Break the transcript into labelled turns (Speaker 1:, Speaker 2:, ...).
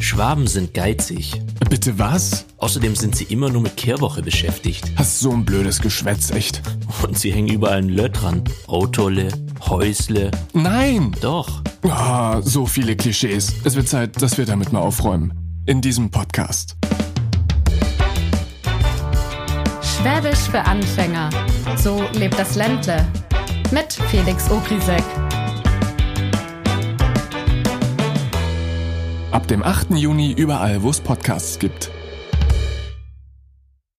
Speaker 1: Schwaben sind geizig.
Speaker 2: Bitte was?
Speaker 1: Außerdem sind sie immer nur mit Kehrwoche beschäftigt.
Speaker 2: Hast so ein blödes Geschwätz, echt.
Speaker 1: Und sie hängen überall ein Lö dran. Autolle, Häusle.
Speaker 2: Nein!
Speaker 1: Doch.
Speaker 2: Ah, so viele Klischees. Es wird Zeit, dass wir damit mal aufräumen. In diesem Podcast.
Speaker 3: Schwäbisch für Anfänger. So lebt das Ländle. Mit Felix Ogrisek.
Speaker 2: Ab dem 8. Juni überall, wo es Podcasts gibt.